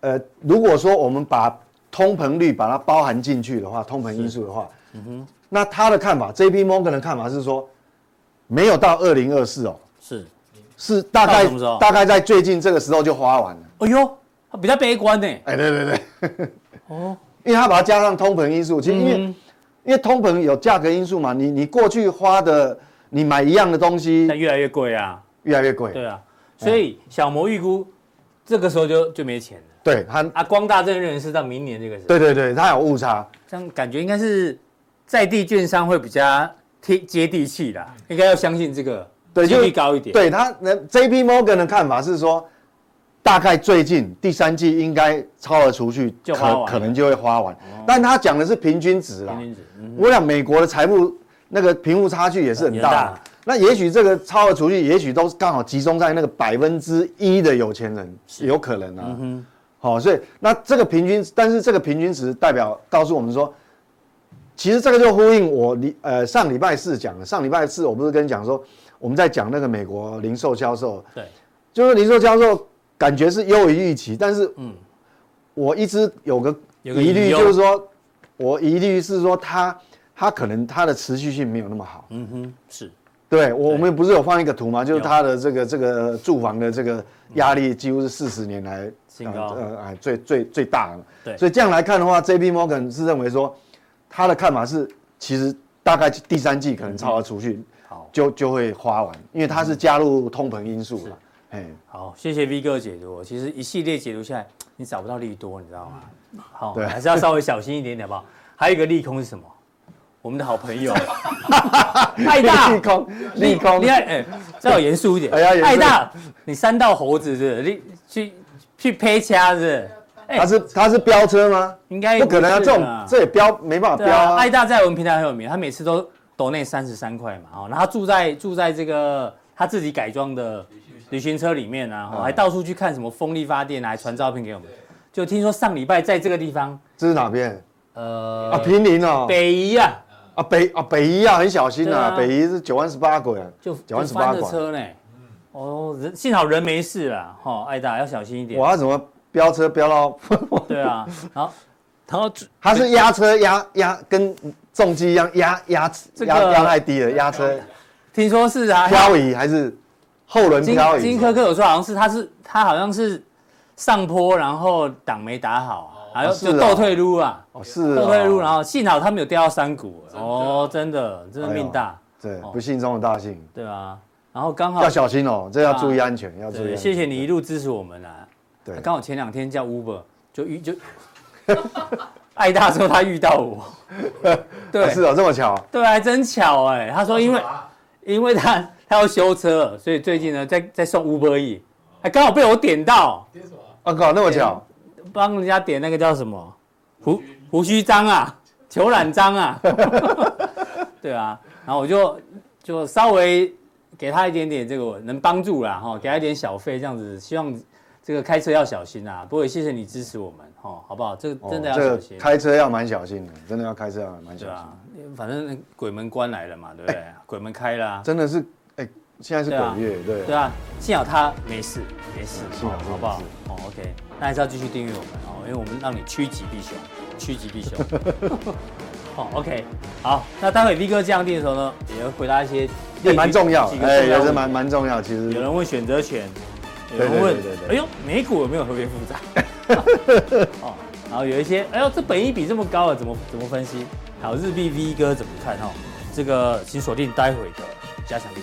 S4: 呃，如果说我们把通膨率把它包含进去的话，通膨因素的话，嗯哼，那他的看法，J.P. Morgan 的看法是说，没有到二零二四哦，
S2: 是，
S4: 是大
S2: 到
S4: 概
S2: 什么时候
S4: 大概在最近这个时候就花完了，
S2: 哎呦，他比较悲观呢，
S4: 哎，对对对，
S2: 哦，
S4: (laughs) 因为它把它加上通膨因素，其实因为、
S2: 嗯
S4: 因为通膨有价格因素嘛，你你过去花的，你买一样的东西
S2: 但越来越贵啊，
S4: 越来越贵，
S2: 对啊，所以
S4: 哎
S2: 小摩预估这个时候就就没钱了
S4: 对它，
S2: 啊，光大证券是到明年这个时候，
S4: 对对对，它有误差，
S2: 这样感觉应该是在地券商会比较贴接地气啦，应该要相信这个
S4: 对，
S2: 几率高一点。，
S4: 对它，那 J P Morgan 的看法是说，大概最近第三季应该超额储蓄
S2: 就花完
S4: 可
S2: 了哦
S4: 可能就会花完，但他讲的是平均值啦
S2: 平，均值，嗯，
S4: 我想美国的财务那个贫富差距也是很大
S2: 也
S4: 的。
S2: 很大
S4: 那也许这个超额储蓄，也许都是刚好集中在那个百分之一的有钱人，有可能
S2: 嗯
S4: 啊。好、所以那这个平均，但是这个平均值代表告诉我们说，其实这个就呼应我礼呃上礼拜四讲的，上礼拜四我不是跟你讲说，我们在讲那个美国零售销售，
S2: 对，
S4: 就是零售销售感觉是优于预期，但是嗯，我一直有个
S2: 有个
S4: 疑
S2: 隐
S4: 虑，
S2: 忧
S4: 就是说我疑虑是说它它可能它的持续性没有那么好。
S2: 嗯哼，是
S4: 对我我们不是有放一个图吗？就是它的这个这个住房的这个压力几乎是四十年来
S2: 嗯新高
S4: 呃哎最最最大的嘛。
S2: 对
S4: 所以这样来看的话，J.P. Morgan 是认为说他的看法是，其实大概第三季可能超额储蓄
S2: 嗯好嗯
S4: 就就会花完，因为它是加入通膨因素了。哎，
S2: 好，谢谢 V 哥的解读哦。其实一系列解读下来，你找不到利多，你知道吗？好，
S4: 对
S2: 还是要稍微小心一点点，好不好？还有一个利空是什么？我们的好朋友 (laughs) 爱哎大
S4: (laughs) 利空利空
S2: 你，看，哎，再有严肃一点。
S4: 哎呀严肃
S2: 爱大，你三道猴子是不是？你去去拍掐是不是？哎
S4: 它是它是飙车吗？
S2: 应该
S4: 不可能啊，
S2: 不
S4: 这
S2: 是啦
S4: 种这也飙没办法
S2: 对
S4: 飙
S2: 啊，
S4: 啊
S2: 爱。大在我们平台很有名，他每次都抖内三十三块嘛，哦，然后他住在住在这个他自己改装的旅行车里面啊，
S4: 嗯
S2: 哦还到处去看什么风力发电啊，还传照片给我们。就听说上礼拜在这个地方，
S4: 这是哪边？啊，
S2: 呃，
S4: 平林哦，
S2: 北宜啊，
S4: 啊北啊北宜啊，很小心
S2: 对
S4: 啊，
S2: 啊
S4: 北宜是九万十八拐，啊
S2: 就
S4: 九
S2: 就
S4: 万十八
S2: 翻着
S4: 拐，
S2: 车呢。哦，人幸好人没事啦，哈，艾达要小心一点。
S4: 哇，他怎么飙车飙到？
S2: 对啊，然后 (laughs) 然后这
S4: 他是压车压压跟重机一样压压
S2: 这个哎
S4: 压压太低了，压车
S2: 听说是啊，
S4: 漂移还是后轮
S2: 金
S4: 漂移？
S2: 金科科有说好像是他是他好像是上坡，然后档没打好啊，然后
S4: 是啊
S2: 就倒退撸啊，
S4: 哦是
S2: 倒
S4: 哦
S2: 退撸，然后幸好他们有掉到山谷哦，真的真的命大，
S4: 对，不幸中的大幸，
S2: 对啊，然后哦刚好
S4: 哎要小心哦，这要注意安全，要注意。
S2: 对，谢谢。你一路支持我们啊，
S4: 对，
S2: 刚好前两天叫 Uber 就遇就艾大说他遇到
S4: (laughs)
S2: 我，对
S4: 啊是哦，这么巧，
S2: 对，还真巧哎、他说因为因为他他要修车，所以最近呢在在送 Uber E，还刚好被我点到。
S4: 啊靠，那么巧，
S2: 帮人家点那个叫什么胡胡须章啊，球染章啊， (laughs) 对啊，然后我就就稍微给他一点点这个能帮助啦，哈、给他一点小费这样子，希望这个开车要小心啊。不过也谢谢你支持我们，哦，好不好？这个
S4: 哦
S2: 真的要
S4: 这
S2: 小
S4: 个
S2: 心，
S4: 开车要蛮小心的，真的要开车要蛮
S2: 对
S4: 小心
S2: 啊
S4: 的，，
S2: 反正鬼门关来了嘛，对不对？
S4: 哎
S2: 鬼门开了、啊，
S4: 真的是，哎，现在是
S2: 对啊
S4: 鬼月，对
S2: 对啊，幸好他没事，没事，
S4: 幸啊好他没事
S2: 好不好？哦，OK，那还是要继续订阅我们哦，因为我们让你趋吉避凶，趋吉避
S4: (laughs)
S2: 凶。哦，OK，好，那待会 V 哥这样定的时候呢，也会回答一些
S4: 也蛮重要
S2: 几，个
S4: 哎，
S2: 重要
S4: 也是
S2: 问
S4: 蛮蛮重要，其
S2: 有
S4: 实
S2: 人问选择权，有
S4: 对对
S2: 人问
S4: 对对，对
S2: 哎呦，美股有没有合约负债？
S4: (laughs)
S2: 哦，然后有一些，哎呦，这本益比这么高啊了，怎么怎么分析？好，日币 V 哥怎么看？哦，这个请锁定待会的加强力。